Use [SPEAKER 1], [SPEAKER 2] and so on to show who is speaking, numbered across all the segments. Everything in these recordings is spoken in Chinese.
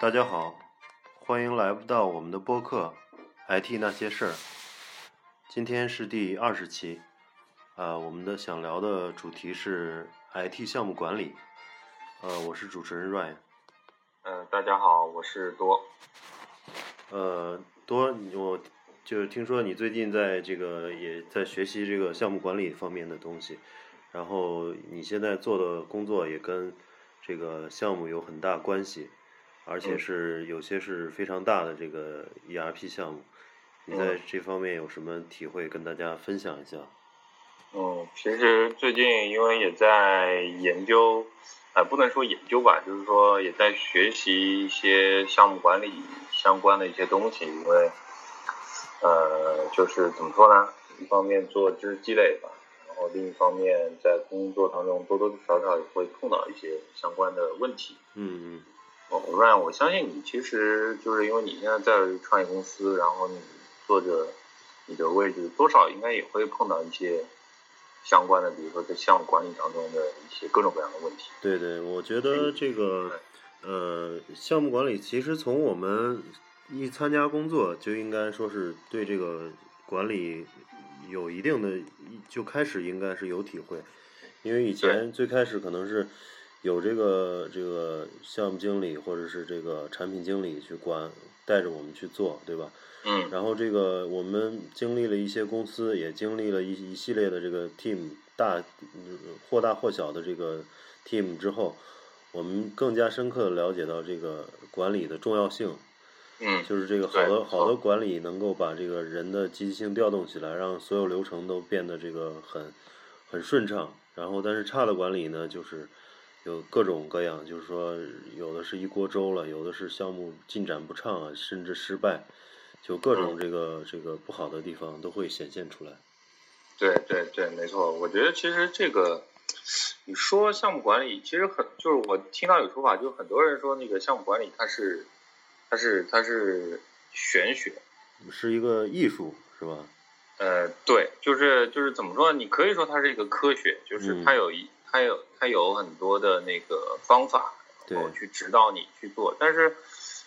[SPEAKER 1] 大家好，欢迎来到我们的播客《IT 那些事儿》。今天是第二十期，啊、我们的想聊的主题是 IT 项目管理。呃，我是主持人 Ryan。
[SPEAKER 2] 呃，大家好，我是多。
[SPEAKER 1] 呃，多，你我就是听说你最近在这个也在学习这个项目管理方面的东西，然后你现在做的工作也跟这个项目有很大关系，而且
[SPEAKER 2] 嗯
[SPEAKER 1] 是有些是非常大的这个 ERP 项目，你在
[SPEAKER 2] 嗯
[SPEAKER 1] 这方面有什么体会跟大家分享一下？
[SPEAKER 2] 嗯，其实最近因为也在研究，呃，不能说研究吧，就是说也在学习一些项目管理相关的一些东西，因为，呃，就是怎么说呢？一方面做知识积累吧，然后另一方面在工作当中多多少少也会碰到一些相关的问题。
[SPEAKER 1] 嗯
[SPEAKER 2] 哦，Ryan，我相信你其实就是因为你现在在创业公司，然后你坐着你的位置，多少应该也会碰到一些相关的，比如说在项目管理当中的一些各种各样的问题。
[SPEAKER 1] 对对，我觉得这个呃，项目管理其实从我们一参加工作就应该说是对这个管理有一定的，就开始应该是有体会，因为以前最开始可能是有这个这个项目经理或者是这个产品经理去管，带着我们去做，对吧？
[SPEAKER 2] 嗯
[SPEAKER 1] 然后这个我们经历了一些公司，也经历了一一系列的这个 team 大嗯或大或小的这个 team 之后，我们更加深刻的了解到这个管理的重要性，
[SPEAKER 2] 嗯
[SPEAKER 1] 就是这个好的
[SPEAKER 2] 对
[SPEAKER 1] 好的管理能够把这个人的积极性调动起来，让所有流程都变得这个很很顺畅。然后，但是差的管理呢，就是有各种各样，就是说有的是一锅粥了，有的是项目进展不畅啊，甚至失败，就各
[SPEAKER 2] 嗯
[SPEAKER 1] 种这个这个不好的地方都会显现出来。
[SPEAKER 2] 对对对，没错。我觉得其实这个，你说项目管理，其实很就是我听到有说法，就是很多人说那个项目管理它是它是它是玄学，
[SPEAKER 1] 是一个艺术，是吧？
[SPEAKER 2] 呃，对，就是就是怎么说呢？你可以说它是一个科学，就是它
[SPEAKER 1] 嗯
[SPEAKER 2] 有一、它有它有很多的那个方法，
[SPEAKER 1] 对
[SPEAKER 2] 然后去指导你去做。但是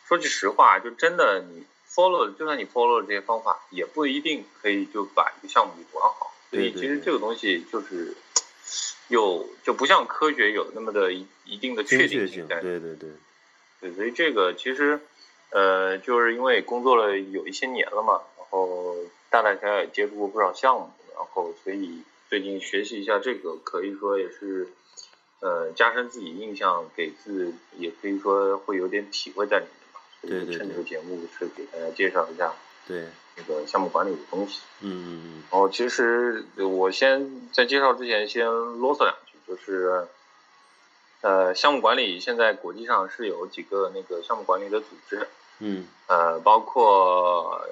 [SPEAKER 2] 说句实话，就真的你 follow，就算你 follow 了这些方法，也不一定可以就把一个项目给管好。所
[SPEAKER 1] 对
[SPEAKER 2] 以
[SPEAKER 1] 对
[SPEAKER 2] 其实
[SPEAKER 1] 对
[SPEAKER 2] 这个东西就是有就不像科学有那么的一一定的
[SPEAKER 1] 精
[SPEAKER 2] 确定
[SPEAKER 1] 确
[SPEAKER 2] 性
[SPEAKER 1] 性，
[SPEAKER 2] 在
[SPEAKER 1] 对对对，
[SPEAKER 2] 对，所以这个其实，呃，就是因为工作了有一些年了嘛，然后大大小小也接触过不少项目，然后所以最近学习一下这个，可以说也是，呃，加深自己印象，给自也可以说会有点体会在里面吧。所以
[SPEAKER 1] 对对
[SPEAKER 2] 趁这
[SPEAKER 1] 对
[SPEAKER 2] 个节目是给大家介绍一下
[SPEAKER 1] 对，
[SPEAKER 2] 那个项目管理的东西。
[SPEAKER 1] 嗯嗯
[SPEAKER 2] 然后哦其实呃我先在介绍之前先啰嗦两句，就是，呃，项目管理现在国际上是有几个那个项目管理的组织，
[SPEAKER 1] 嗯
[SPEAKER 2] 呃，包括呃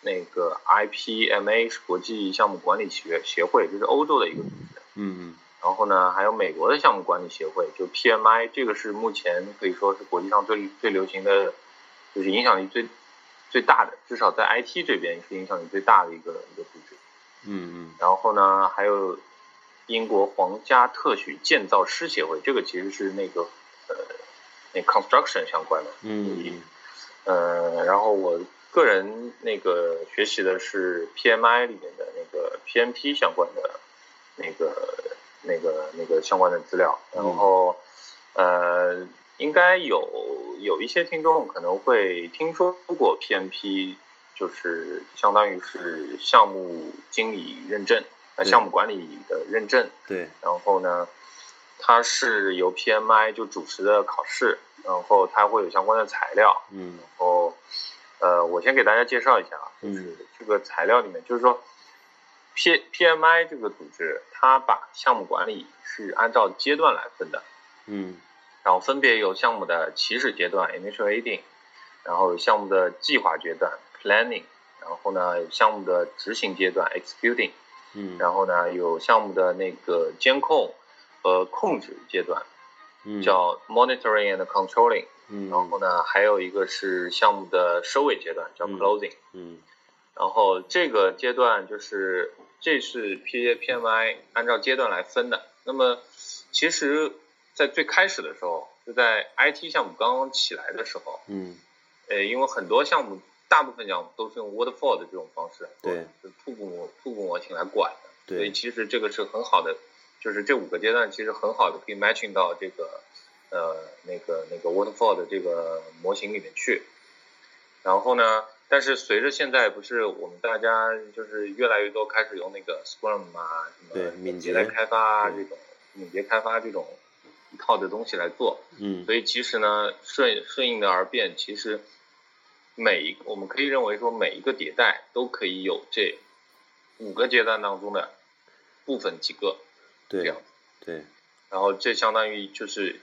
[SPEAKER 2] 那个 IPMA 是国际项目管理学协会，这是欧洲的一个组织。
[SPEAKER 1] 嗯嗯
[SPEAKER 2] 然后呢，还有美国的项目管理协会，就 PMI，这个是目前可以说是国际上最最流行的，就是影响力最最大的，至少在 IT 这边是影响力最大的一个一个组织。
[SPEAKER 1] 嗯嗯，
[SPEAKER 2] 然后呢，还有英国皇家特许建造师协会，这个其实是那个呃，那 construction 相关的。
[SPEAKER 1] 嗯嗯
[SPEAKER 2] 呃，然后我个人那个学习的是 PMI 里面的那个 PMP 相关的那个那个那个相关的资料，然后、呃，应该有有一些听众可能会听说过 PMP，就是相当于是项目经理认证，呃，
[SPEAKER 1] 对
[SPEAKER 2] 项目管理的认证，
[SPEAKER 1] 对，
[SPEAKER 2] 然后呢，它是由 PMI 就主持的考试，然后它会有相关的材料，
[SPEAKER 1] 嗯
[SPEAKER 2] 然后，呃，我先给大家介绍一下啊，就
[SPEAKER 1] 嗯
[SPEAKER 2] 是这个材料里面，就是说，P PMI 这个组织，它把项目管理是按照阶段来分的，
[SPEAKER 1] 嗯
[SPEAKER 2] 然后分别有项目的起始阶段 （initial aiding），然后有项目的计划阶段 （planning），然后呢有项目的执行阶段 （executing），
[SPEAKER 1] 嗯，
[SPEAKER 2] 然后呢有项目的那个监控和控制阶段，
[SPEAKER 1] 嗯
[SPEAKER 2] 叫 monitoring and controlling。
[SPEAKER 1] 嗯
[SPEAKER 2] 然后呢，还有一个是项目的收尾阶段，叫
[SPEAKER 1] 嗯
[SPEAKER 2] closing。
[SPEAKER 1] 嗯
[SPEAKER 2] 然后这个阶段就是这是 P P M I 按照阶段来分的。那么其实，在最开始的时候，就在 IT 项目刚刚起来的时候，
[SPEAKER 1] 嗯
[SPEAKER 2] 呃，因为很多项目，大部分项目都是用 waterfall 的这种方式来做的，就是瀑布模瀑布模型来管的，所以
[SPEAKER 1] 对
[SPEAKER 2] 其实这个是很好的，就是这五个阶段其实很好的可以 matching 到这个呃那个那个 waterfall 的这个模型里面去。然后呢，但是随着现在不是我们大家就是越来越多开始用那个 Scrum 啊，什
[SPEAKER 1] 对
[SPEAKER 2] 么
[SPEAKER 1] 敏捷
[SPEAKER 2] 来开发啊
[SPEAKER 1] 对
[SPEAKER 2] 这种敏捷开发这种一套的东西来做，
[SPEAKER 1] 嗯
[SPEAKER 2] 所以其实呢，顺顺应的而变，其实每一我们可以认为说每一个迭代都可以有这五个阶段当中的部分几个这
[SPEAKER 1] 对
[SPEAKER 2] 样，
[SPEAKER 1] 对
[SPEAKER 2] 然后这相当于就是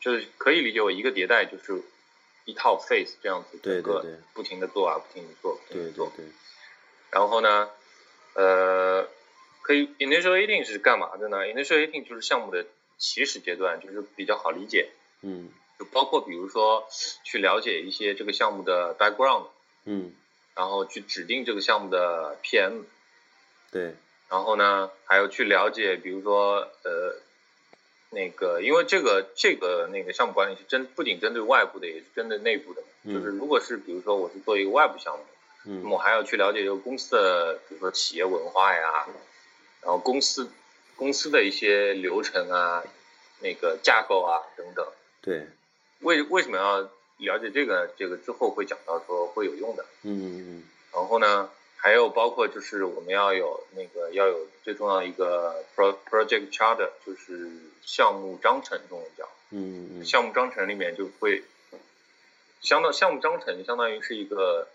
[SPEAKER 2] 就是可以理解为一个迭代就是一套 phase 这样子，
[SPEAKER 1] 对
[SPEAKER 2] 整个
[SPEAKER 1] 对对
[SPEAKER 2] 不停的做啊，不停的做，不
[SPEAKER 1] 对
[SPEAKER 2] 停的
[SPEAKER 1] 对
[SPEAKER 2] 做，
[SPEAKER 1] 对，
[SPEAKER 2] 然后呢，呃，可以 initiating 是干嘛的呢？initiating 就是项目的起始阶段，就是比较好理解。
[SPEAKER 1] 嗯
[SPEAKER 2] 就包括比如说去了解一些这个项目的 background，
[SPEAKER 1] 嗯
[SPEAKER 2] 然后去指定这个项目的 PM，
[SPEAKER 1] 对
[SPEAKER 2] 然后呢，还有去了解，比如说呃，那个因为这个这个那个项目管理是针不仅针对外部的，也是针对内部的嘛。
[SPEAKER 1] 嗯
[SPEAKER 2] 就是如果是比如说我是做一个外部项目，那么
[SPEAKER 1] 嗯
[SPEAKER 2] 我还要去了解这个公司的，比如说企业文化呀，然后公司公司的一些流程啊，那个架构啊等等。
[SPEAKER 1] 对
[SPEAKER 2] 为为什么要了解这个？这个之后会讲到说会有用的。
[SPEAKER 1] 嗯嗯
[SPEAKER 2] 然后呢，还有包括就是我们要有那个要有最重要的一个 pro project charter，就是项目章程，中文叫
[SPEAKER 1] 嗯嗯
[SPEAKER 2] 项目章程里面就会相当项目章程相当于是一个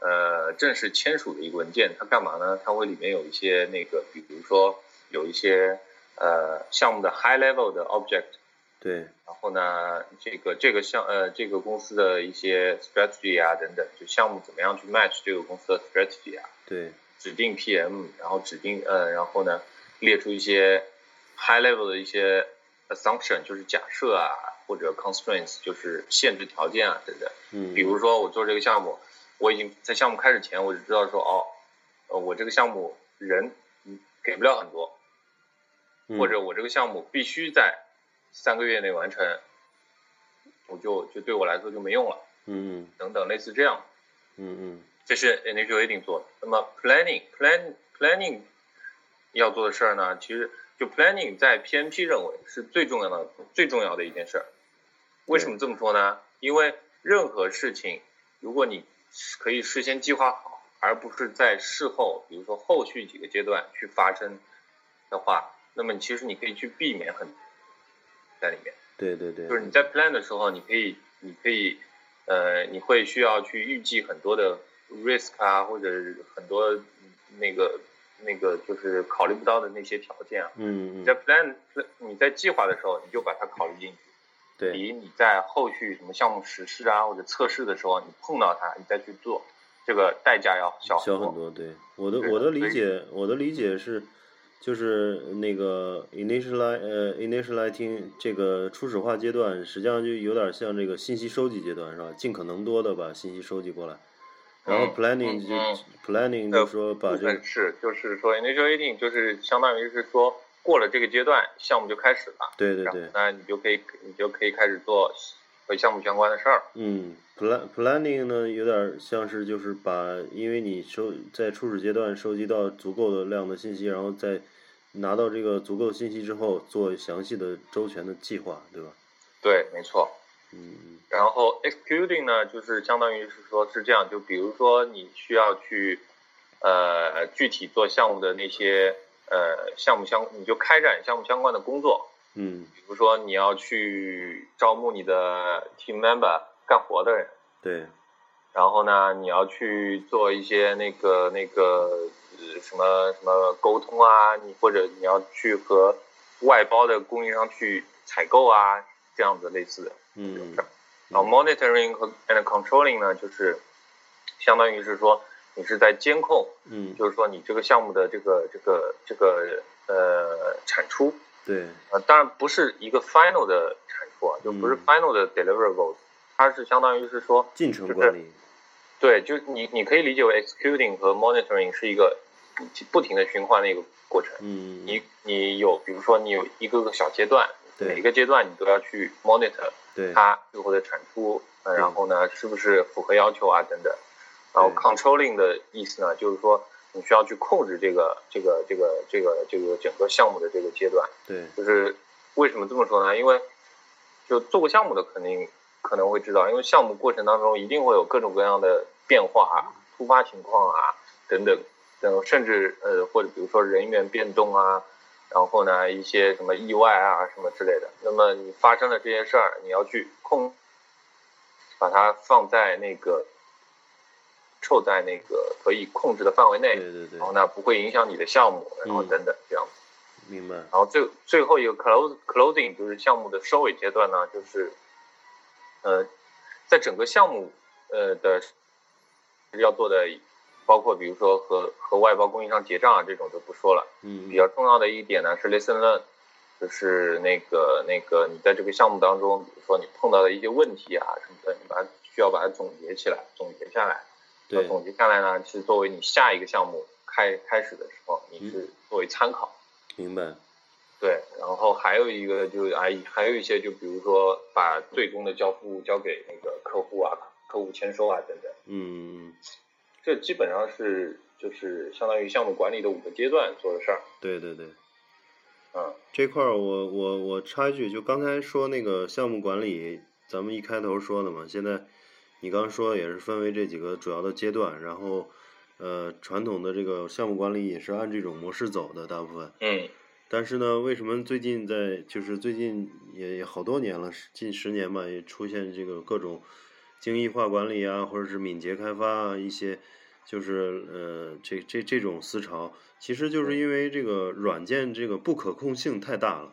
[SPEAKER 2] 呃正式签署的一个文件，它干嘛呢？它会里面有一些那个，比如说有一些呃项目的 high level 的 object。
[SPEAKER 1] 对
[SPEAKER 2] 然后呢，这个这个项呃这个公司的一些 strategy 啊等等，就项目怎么样去 match 这个公司的 strategy 啊，
[SPEAKER 1] 对
[SPEAKER 2] 指定 PM，然后指定呃，然后呢列出一些 high level 的一些 assumption，就是假设啊，或者 constraints，就是限制条件啊等等。
[SPEAKER 1] 嗯
[SPEAKER 2] 比如说我做这个项目，我已经在项目开始前我就知道说哦，呃我这个项目人嗯给不了很多，或者我这个项目必须在三个月内完成，我就就对我来说就没用了，
[SPEAKER 1] 嗯
[SPEAKER 2] 等等，类似这样，
[SPEAKER 1] 嗯嗯
[SPEAKER 2] 这是 initiating 做的。那么 planning plan planning 要做的事儿呢，其实就 planning 在 PMP 认为是最重要的最重要的一件事儿。为什么这么说呢？因为任何事情，如果你可以事先计划好，而不是在事后，比如说后续几个阶段去发生的话，那么你其实你可以去避免很在里面。
[SPEAKER 1] 对对对，
[SPEAKER 2] 就是你在 plan 的时候，你可以，你可以，呃，你会需要去预计很多的 risk 啊，或者很多那个那个就是考虑不到的那些条件啊。
[SPEAKER 1] 嗯
[SPEAKER 2] 你
[SPEAKER 1] 嗯
[SPEAKER 2] 在 plan 你在计划的时候，你就把它考虑进去，
[SPEAKER 1] 对
[SPEAKER 2] 比你在后续什么项目实施啊或者测试的时候，你碰到它，你再去做，这个代价要小
[SPEAKER 1] 小
[SPEAKER 2] 很
[SPEAKER 1] 很多，
[SPEAKER 2] 多。
[SPEAKER 1] 对我的
[SPEAKER 2] 对
[SPEAKER 1] 我的
[SPEAKER 2] 所
[SPEAKER 1] 理
[SPEAKER 2] 以
[SPEAKER 1] 解我的理解是，就是那个 initialize 呃 initializing 这个初始化阶段，实际上就有点像这个信息收集阶段是吧？尽可能多的把信息收集过来，然后
[SPEAKER 2] 嗯
[SPEAKER 1] planning
[SPEAKER 2] 嗯
[SPEAKER 1] 就、
[SPEAKER 2] 嗯
[SPEAKER 1] planning
[SPEAKER 2] 呃
[SPEAKER 1] 就说把
[SPEAKER 2] 部
[SPEAKER 1] 这个
[SPEAKER 2] 分是，就是说 initiating 就是相当于是说过了这个阶段，项目就开始了。
[SPEAKER 1] 对对
[SPEAKER 2] 然后
[SPEAKER 1] 对，
[SPEAKER 2] 呢，你就可以你就可以开始做和项目相关的事儿。
[SPEAKER 1] 嗯，plan planning 呢，有点儿像是就是把，因为你收在初始阶段收集到足够的量的信息，然后再拿到这个足够信息之后，做详细的周全的计划，对吧？
[SPEAKER 2] 对，没错。
[SPEAKER 1] 嗯嗯
[SPEAKER 2] 然后 executing 呢，就是相当于是说是这样，就比如说你需要去呃具体做项目的那些呃项目相，你就开展项目相关的工作，
[SPEAKER 1] 嗯，
[SPEAKER 2] 比如说你要去招募你的 team member 干活的人，
[SPEAKER 1] 对
[SPEAKER 2] 然后呢，你要去做一些那个那个呃什么什么沟通啊，你或者你要去和外包的供应商去采购啊，这样子类似的。
[SPEAKER 1] 嗯
[SPEAKER 2] 然后 monitoring 和 and controlling 呢，就是相当于是说你是在监控，
[SPEAKER 1] 嗯，
[SPEAKER 2] 就是说你这个项目的这个这个这个呃产出，
[SPEAKER 1] 对
[SPEAKER 2] 呃，当然不是一个 final 的产出啊，就不是
[SPEAKER 1] 嗯
[SPEAKER 2] final 的 deliverables，、它是相当于是说
[SPEAKER 1] 进程
[SPEAKER 2] 就是
[SPEAKER 1] 管理，
[SPEAKER 2] 对，就是你你可以理解为 executing 和 monitoring 是一个不停的循环的一个过程。
[SPEAKER 1] 嗯，
[SPEAKER 2] 你你有，比如说你有一个个小阶段，
[SPEAKER 1] 对
[SPEAKER 2] 每个阶段你都要去 monitor，
[SPEAKER 1] 对，
[SPEAKER 2] 它最后的产出，呃然后呢是不是符合要求啊等等。然后
[SPEAKER 1] 对
[SPEAKER 2] controlling 的意思呢，就是说你需要去控制这个这个这个这个这个整个项目的这个阶段。
[SPEAKER 1] 对，
[SPEAKER 2] 就是为什么这么说呢？因为就做过项目的肯定可能会知道，因为项目过程当中一定会有各种各样的变化啊、突发情况啊等等等，甚至呃或者比如说人员变动啊，然后呢一些什么意外啊什么之类的。那么你发生了这些事儿，你要去控，把它放在那个扣在那个可以控制的范围内，
[SPEAKER 1] 对对对
[SPEAKER 2] 然，后呢不会影响你的项目，然后
[SPEAKER 1] 嗯
[SPEAKER 2] 等等这样子。
[SPEAKER 1] 明白。
[SPEAKER 2] 然后最最后一个 close closing 就是项目的收尾阶段呢，就是呃，在整个项目呃的要做的，包括比如说和和外包供应商结账啊这种就不说了。
[SPEAKER 1] 嗯，
[SPEAKER 2] 比较重要的一点呢是 lesson learn，就是那个那个你在这个项目当中，比如说你碰到的一些问题啊什么的，你把它需要把它总结起来，总结下来。那
[SPEAKER 1] 对，
[SPEAKER 2] 总结下来呢，是作为你下一个项目开开始的时候，你是作为参考。
[SPEAKER 1] 明白。嗯
[SPEAKER 2] 对，然后还有一个就是啊，还有一些就比如说把最终的交付交给那个客户啊、客户签收啊等等，
[SPEAKER 1] 嗯，嗯
[SPEAKER 2] 这基本上是就是相当于项目管理的五个阶段做的事儿。
[SPEAKER 1] 对对对。
[SPEAKER 2] 嗯，
[SPEAKER 1] 这块儿我我我插一句，就刚才说那个项目管理，咱们一开头说的嘛，现在你刚说也是分为这几个主要的阶段，然后呃，传统的这个项目管理也是按这种模式走的，大部分。
[SPEAKER 2] 嗯
[SPEAKER 1] 但是呢，为什么最近在就是最近也也好多年了，十近十年吧，也出现这个各种精益化管理啊，或者是敏捷开发啊，一些就是呃这这这种思潮，其实就是因为这个软件这个不可控性太大了。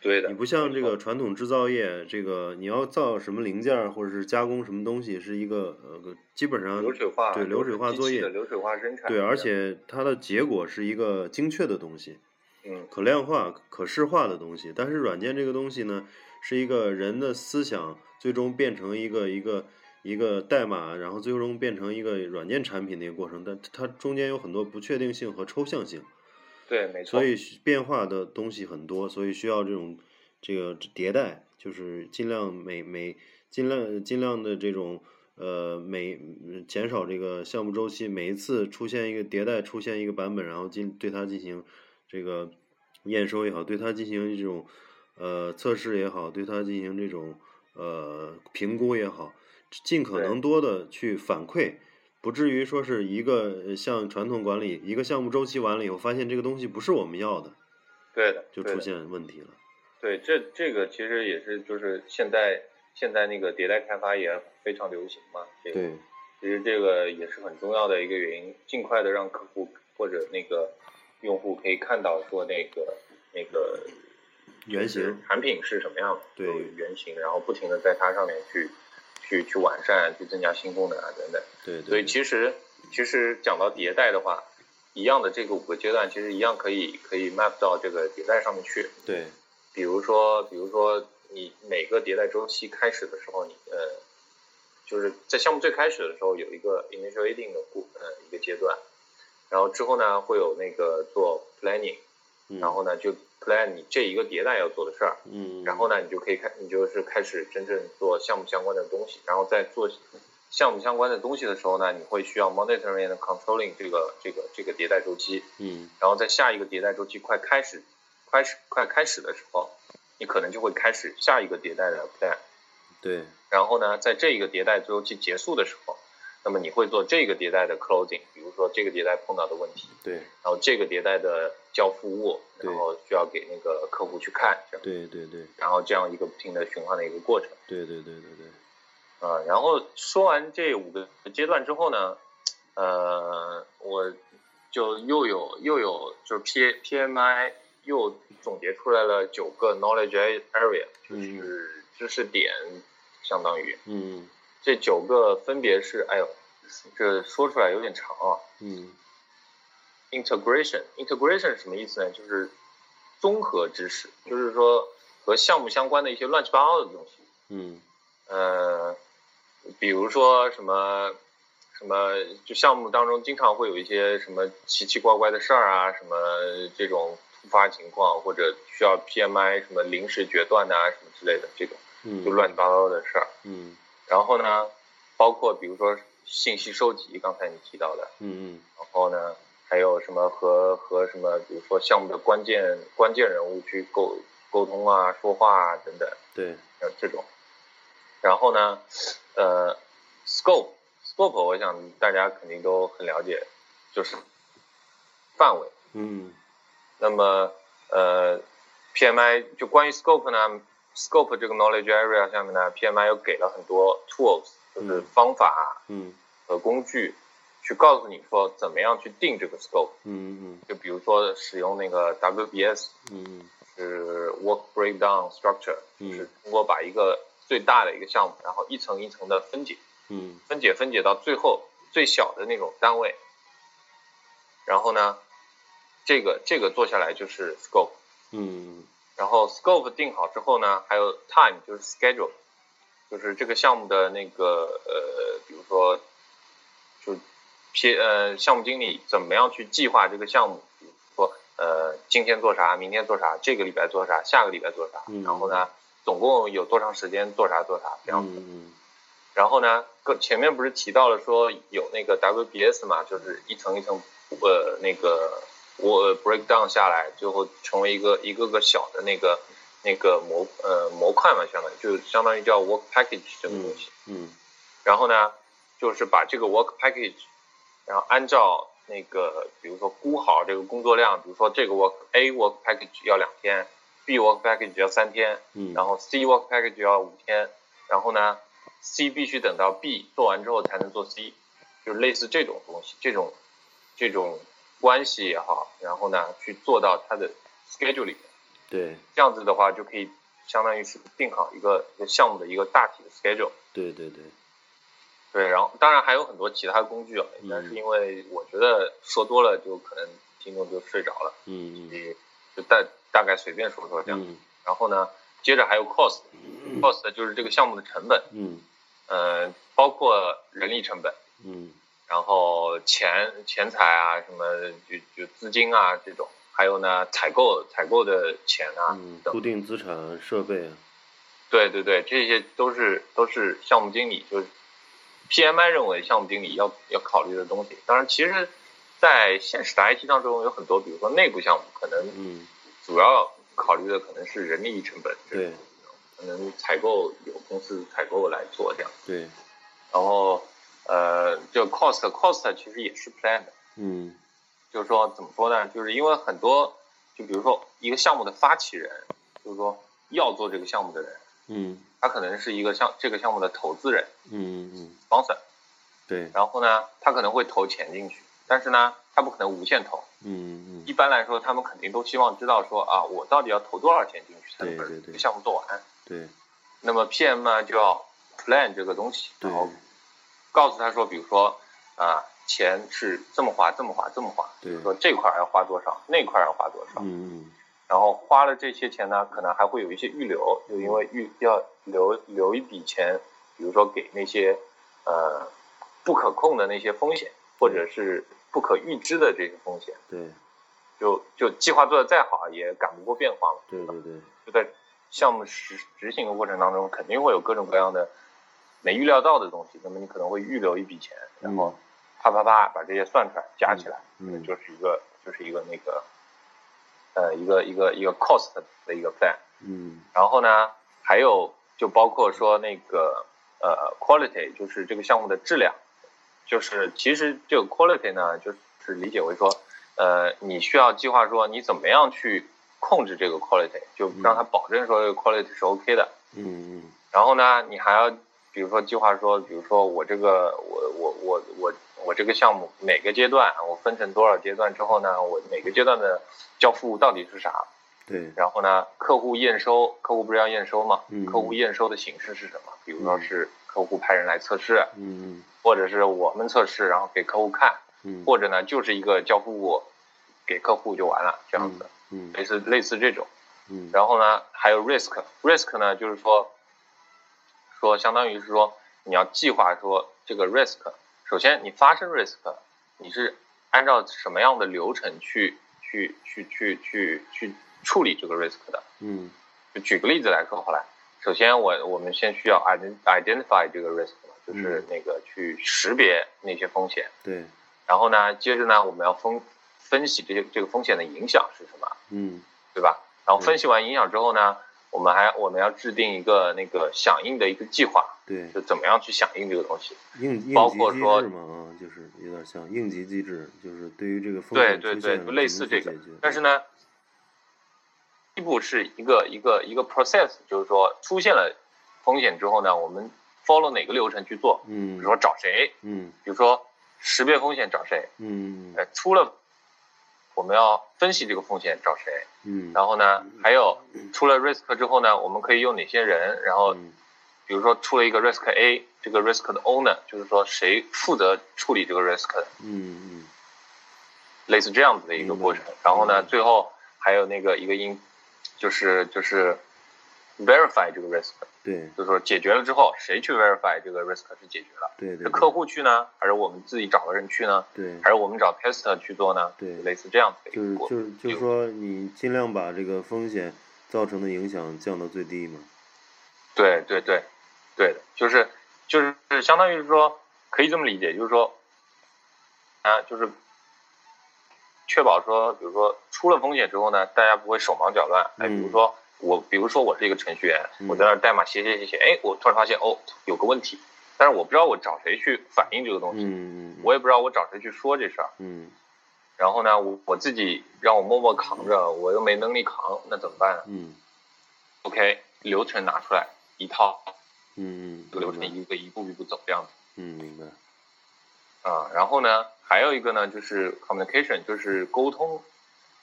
[SPEAKER 2] 对的。
[SPEAKER 1] 你不像这个传统制造业，这个你要造什么零件儿或者是加工什么东西，是一个呃个基本上
[SPEAKER 2] 流水化，
[SPEAKER 1] 对流水化作
[SPEAKER 2] 机器的
[SPEAKER 1] 业，
[SPEAKER 2] 流水化生产。
[SPEAKER 1] 对，而且它的结果是一个精确的东西。
[SPEAKER 2] 嗯
[SPEAKER 1] 可量化、可视化的东西。但是软件这个东西呢，是一个人的思想最终变成一个一个一个代码，然后最终变成一个软件产品的一个过程，但它中间有很多不确定性和抽象性，
[SPEAKER 2] 对，没错。
[SPEAKER 1] 所以需变化的东西很多，所以需要这种这个迭代，就是尽量每每尽量尽量的这种。呃，每减少这个项目周期，每一次出现一个迭代，出现一个版本，然后进对它进行这个验收也好，对它进行这种呃测试也好，对它进行这种呃评估也好，尽可
[SPEAKER 2] 对
[SPEAKER 1] 能多的去反馈，不至于说是一个呃像传统管理一个项目周期完了以后，发现这个东西不是我们要的，
[SPEAKER 2] 对的，
[SPEAKER 1] 就
[SPEAKER 2] 对
[SPEAKER 1] 出
[SPEAKER 2] 的
[SPEAKER 1] 现问题了。
[SPEAKER 2] 对，这这个其实也是就是现在现在那个迭代开发也非常流行嘛。这个、。
[SPEAKER 1] 对
[SPEAKER 2] 其实这个也是很重要的一个原因，尽快的让客户或者那个用户可以看到说那个那个
[SPEAKER 1] 原型，
[SPEAKER 2] 产品是什么样的，
[SPEAKER 1] 对
[SPEAKER 2] 有原型，然后不停的在它上面去去去完善，去增加新功能啊等等。
[SPEAKER 1] 对对，
[SPEAKER 2] 所以其实其实讲到迭代的话，一样的这个五个阶段，其实一样可以可以 map 到这个迭代上面去。
[SPEAKER 1] 对
[SPEAKER 2] 比如说，比如说你每个迭代周期开始的时候，你呃，就是在项目最开始的时候有一个 initiating 的过呃一个阶段，然后之后呢会有那个做 planning，
[SPEAKER 1] 嗯
[SPEAKER 2] 然后呢就 plan 你这一个迭代要做的事儿，
[SPEAKER 1] 嗯，
[SPEAKER 2] 然后呢你就可以开你就是开始真正做项目相关的东西，然后在做项目相关的东西的时候呢，你会需要 monitoring and controlling 这个这个这个迭代周期，
[SPEAKER 1] 嗯
[SPEAKER 2] 然后在下一个迭代周期快开始、快始、快开始的时候，你可能就会开始下一个迭代的 plan。
[SPEAKER 1] 对
[SPEAKER 2] 然后呢，在这一个迭代周期结束的时候，那么你会做这个迭代的 closing，比如说这个迭代碰到的问题，
[SPEAKER 1] 对
[SPEAKER 2] 然后这个迭代的交付物，
[SPEAKER 1] 对
[SPEAKER 2] 然后需要给那个客户去看，这样，
[SPEAKER 1] 对对对
[SPEAKER 2] 然后这样一个不停的循环的一个过程。
[SPEAKER 1] 对对对对对，
[SPEAKER 2] 啊、然后说完这五个阶段之后呢，呃，我就又有又有就是 P P M I 又总结出来了九个 knowledge area，就
[SPEAKER 1] 嗯
[SPEAKER 2] 是知识点，相当于
[SPEAKER 1] 嗯
[SPEAKER 2] 这九个分别是，哎呦，这说出来有点长啊。
[SPEAKER 1] 嗯
[SPEAKER 2] integration integration 是什么意思呢？就是综合知识，就是说和项目相关的一些乱七八糟的东西，
[SPEAKER 1] 嗯
[SPEAKER 2] 呃，比如说什么什么，就项目当中经常会有一些什么奇奇怪怪的事儿啊，什么这种突发情况，或者需要 PMI 啊什么临时决断呐、什么之类的这种，
[SPEAKER 1] 嗯
[SPEAKER 2] 就乱七八糟的事儿。
[SPEAKER 1] 嗯
[SPEAKER 2] 然后呢，包括比如说信息收集，刚才你提到的，
[SPEAKER 1] 嗯
[SPEAKER 2] 然后呢，还有什么和和什么，比如说项目的关键关键人物去沟沟通啊、说话啊等等，
[SPEAKER 1] 嗯，对，
[SPEAKER 2] 还呃有这种。然后呢，呃，scope scope，我想大家肯定都很了解，就是范围。
[SPEAKER 1] 嗯
[SPEAKER 2] 那么呃，PMI 就关于 scope 呢，scope 这个 knowledge area 下面呢，PMI 又给了很多 tools，就是
[SPEAKER 1] 嗯
[SPEAKER 2] 方法
[SPEAKER 1] 嗯
[SPEAKER 2] 和工具，去告诉你说怎么样去定这个 scope。
[SPEAKER 1] 嗯
[SPEAKER 2] 就比如说使用那个 WBS
[SPEAKER 1] 嗯
[SPEAKER 2] 是 Work Breakdown Structure，
[SPEAKER 1] 嗯
[SPEAKER 2] 就是通过把一个最大的一个项目，然后一层一层的分解，
[SPEAKER 1] 嗯
[SPEAKER 2] 分解分解到最后最小的那种单位，然后呢，这个这个做下来就是 scope，
[SPEAKER 1] 嗯
[SPEAKER 2] 然后 scope 定好之后呢，还有 time 就是 schedule，就是这个项目的那个呃，比如说就 P 呃项目经理怎么样去计划这个项目，比如说呃今天做啥，明天做啥，这个礼拜做啥，下个礼拜做啥，
[SPEAKER 1] 嗯
[SPEAKER 2] 然后呢总共有多长时间做啥做啥这样子。
[SPEAKER 1] 嗯
[SPEAKER 2] 然后呢，更前面不是提到了说有那个 WBS 嘛，就是一层一层呃那个我 breakdown 下来，最后成为一个一个个小的那个那个模呃模块嘛，相当于就相当于叫 work package 这个东西。
[SPEAKER 1] 嗯
[SPEAKER 2] 然后呢，就是把这个 work package，然后按照那个比如说估好这个工作量，比如说这个 work A work package 要两天，B work package 要三天，
[SPEAKER 1] 嗯，
[SPEAKER 2] 然后 C work package 要五天，然后呢，C 必须等到 B 做完之后才能做 C，就是类似这种东西，这种这种关系也好，然后呢去做到它的 schedule 里面，
[SPEAKER 1] 对
[SPEAKER 2] 这样子的话就可以相当于是定好一个一个项目的一个大体的 schedule。
[SPEAKER 1] 对对对，
[SPEAKER 2] 对，然后当然还有很多其他工具啊，
[SPEAKER 1] 嗯
[SPEAKER 2] 但是因为我觉得说多了就可能听众就睡着了，
[SPEAKER 1] 嗯嗯
[SPEAKER 2] 你就大大概随便说说这样。
[SPEAKER 1] 嗯
[SPEAKER 2] 然后呢，接着还有 cost，cost 就是这个项目的成本。
[SPEAKER 1] 嗯
[SPEAKER 2] 呃，包括人力成本，
[SPEAKER 1] 嗯
[SPEAKER 2] 然后钱钱财啊，什么就就资金啊这种，还有呢采购采购的钱啊
[SPEAKER 1] 嗯，
[SPEAKER 2] 等
[SPEAKER 1] 固定资产设备啊，
[SPEAKER 2] 对对对，这些都是都是项目经理就是 PMI 认为项目经理要要考虑的东西。当然，其实，在现实的 IT 当中有很多，比如说内部项目，可能
[SPEAKER 1] 嗯
[SPEAKER 2] 主要考虑的可能是人力成本，
[SPEAKER 1] 对，
[SPEAKER 2] 可能采购有公司采购来做这样。
[SPEAKER 1] 对，
[SPEAKER 2] 然后呃，这 cost cost 其实也是 plan 的，
[SPEAKER 1] 嗯
[SPEAKER 2] 就是说怎么说呢？就是因为很多，就比如说一个项目的发起人，就是说要做这个项目的人，
[SPEAKER 1] 嗯
[SPEAKER 2] 他可能是一个项这个项目的投资人
[SPEAKER 1] 嗯嗯
[SPEAKER 2] sponsor，
[SPEAKER 1] 对，
[SPEAKER 2] 然后呢，他可能会投钱进去，但是呢，他不可能无限投。
[SPEAKER 1] 嗯
[SPEAKER 2] 一
[SPEAKER 1] 嗯
[SPEAKER 2] 般来说，他们肯定都希望知道说啊，我到底要投多少钱进去才能
[SPEAKER 1] 对
[SPEAKER 2] 把
[SPEAKER 1] 对对
[SPEAKER 2] 这个项目做完？
[SPEAKER 1] 对
[SPEAKER 2] 那么 PM 呢就要 plan 这个东西，
[SPEAKER 1] 对
[SPEAKER 2] 然后告诉他说，比如说啊，钱是这么花，这么花，这么花，
[SPEAKER 1] 对，
[SPEAKER 2] 说这块儿要花多少，那块儿要花多少，
[SPEAKER 1] 嗯嗯
[SPEAKER 2] 然后花了这些钱呢，可能还会有一些预留，就因为预要留留一笔钱，比如说给那些呃不可控的那些风险，或者是不可预知的这些风险，
[SPEAKER 1] 对
[SPEAKER 2] 就就计划做的再好，也赶不过变化嘛，
[SPEAKER 1] 对对对，
[SPEAKER 2] 就在项目实执行的过程当中，肯定会有各种各样的没预料到的东西，那么你可能会预留一笔钱，然后啪啪啪把这些算出来加起来，
[SPEAKER 1] 嗯嗯
[SPEAKER 2] 就是一个就是一个那个呃一个一个一个 cost 的一个 plan。
[SPEAKER 1] 嗯
[SPEAKER 2] 然后呢，还有就包括说那个呃 quality，就是这个项目的质量，就是其实这个 quality 呢，就是理解为说，呃，你需要计划说你怎么样去控制这个 quality，就让它保证说这个 quality 是 OK 的。
[SPEAKER 1] 嗯嗯
[SPEAKER 2] 然后呢，你还要比如说计划说，比如说我这个我我我我我这个项目每个阶段我分成多少阶段之后呢，我每个阶段的交付到底是啥？
[SPEAKER 1] 对，
[SPEAKER 2] 然后呢，客户验收，客户不是要验收吗？
[SPEAKER 1] 嗯
[SPEAKER 2] 客户验收的形式是什么？比如说是客户派人来测试，
[SPEAKER 1] 嗯
[SPEAKER 2] 或者是我们测试，然后给客户看，
[SPEAKER 1] 嗯
[SPEAKER 2] 或者呢就是一个交付物给客户就完了这样子，
[SPEAKER 1] 嗯
[SPEAKER 2] 类似类似这种。
[SPEAKER 1] 嗯，
[SPEAKER 2] 然后呢，还有 risk，risk 呢就是说，说相当于是说你要计划说这个 risk，首先你发生 risk，你是按照什么样的流程去去去去去去处理这个 risk 的？
[SPEAKER 1] 嗯
[SPEAKER 2] 就举个例子来说好了，首先我我们先需要 ident identify 这个 risk 嘛，就是
[SPEAKER 1] 嗯
[SPEAKER 2] 那个去识别那些风险。
[SPEAKER 1] 对，
[SPEAKER 2] 然后呢，接着呢，我们要分分析这些这个风险的影响是什么，
[SPEAKER 1] 嗯
[SPEAKER 2] 对吧？然后
[SPEAKER 1] 对
[SPEAKER 2] 分析完影响之后呢，我们还我们要制定一个那个响应的一个计划，
[SPEAKER 1] 对，
[SPEAKER 2] 就怎么样去响应这个东西。
[SPEAKER 1] 应应
[SPEAKER 2] 包
[SPEAKER 1] 急
[SPEAKER 2] 括
[SPEAKER 1] 机
[SPEAKER 2] 说
[SPEAKER 1] 制嘛啊，就是有点像应急机制，就是对于这个风
[SPEAKER 2] 对
[SPEAKER 1] 险
[SPEAKER 2] 对
[SPEAKER 1] 出
[SPEAKER 2] 对，
[SPEAKER 1] 现
[SPEAKER 2] 就
[SPEAKER 1] 了
[SPEAKER 2] 类
[SPEAKER 1] 怎
[SPEAKER 2] 似
[SPEAKER 1] 么
[SPEAKER 2] 这
[SPEAKER 1] 去
[SPEAKER 2] 个
[SPEAKER 1] 解决。。
[SPEAKER 2] 但是呢，第一步是一个一个一个 process，就是说出现了风险之后呢，我们 follow 哪个流程去做，比
[SPEAKER 1] 嗯
[SPEAKER 2] 如说找谁，
[SPEAKER 1] 嗯
[SPEAKER 2] 比如说识别风险找谁，
[SPEAKER 1] 嗯
[SPEAKER 2] 呃，出了我们要分析这个风险找谁，
[SPEAKER 1] 嗯，
[SPEAKER 2] 然后呢，还有出了 risk 之后呢，我们可以用哪些人，然后
[SPEAKER 1] 嗯
[SPEAKER 2] 比如说出了一个 risk A，这个 risk 的 owner 就是说谁负责处理这个 risk 的
[SPEAKER 1] 嗯
[SPEAKER 2] 类似这样子的一个过程
[SPEAKER 1] 明白。
[SPEAKER 2] 然后呢，
[SPEAKER 1] 明白
[SPEAKER 2] 最后还有那个一个因，就是就是 verify 这个 risk，
[SPEAKER 1] 嗯，对
[SPEAKER 2] 就是说解决了之后，谁去 verify 这个 risk 是解决了，
[SPEAKER 1] 对对，
[SPEAKER 2] 是
[SPEAKER 1] 对
[SPEAKER 2] 客户去呢，还是我们自己找个人去呢，
[SPEAKER 1] 对，
[SPEAKER 2] 还是我们找 tester 去做呢？
[SPEAKER 1] 对
[SPEAKER 2] 类似这样子的
[SPEAKER 1] 就
[SPEAKER 2] 一
[SPEAKER 1] 是
[SPEAKER 2] 个过
[SPEAKER 1] 就
[SPEAKER 2] 程。
[SPEAKER 1] 是就是说你尽量把这个风险造成的影响降到最低嘛。
[SPEAKER 2] 对对对，对的，就是就是相当于是说，可以这么理解，就是说，啊，就是确保说，比如说出了风险之后呢，大家不会手忙脚乱。哎，比如
[SPEAKER 1] 嗯
[SPEAKER 2] 说我，比如说我是一个程序员，我在那儿代码写写写写，哎，我突然发现哦有个问题，但是我不知道我找谁去反映这个东西，
[SPEAKER 1] 嗯嗯，
[SPEAKER 2] 我也不知道我找谁去说这事儿。
[SPEAKER 1] 嗯
[SPEAKER 2] 然后呢，我我自己让我默默扛着，我又没能力扛，那怎么办呢
[SPEAKER 1] 嗯
[SPEAKER 2] ？OK，流程拿出来一套，
[SPEAKER 1] 嗯嗯，
[SPEAKER 2] 这个流
[SPEAKER 1] 明
[SPEAKER 2] 程
[SPEAKER 1] 白
[SPEAKER 2] 一个一步一步走这样子。
[SPEAKER 1] 嗯明白，
[SPEAKER 2] 啊，然后呢，还有一个呢，就是 communication，就是沟通。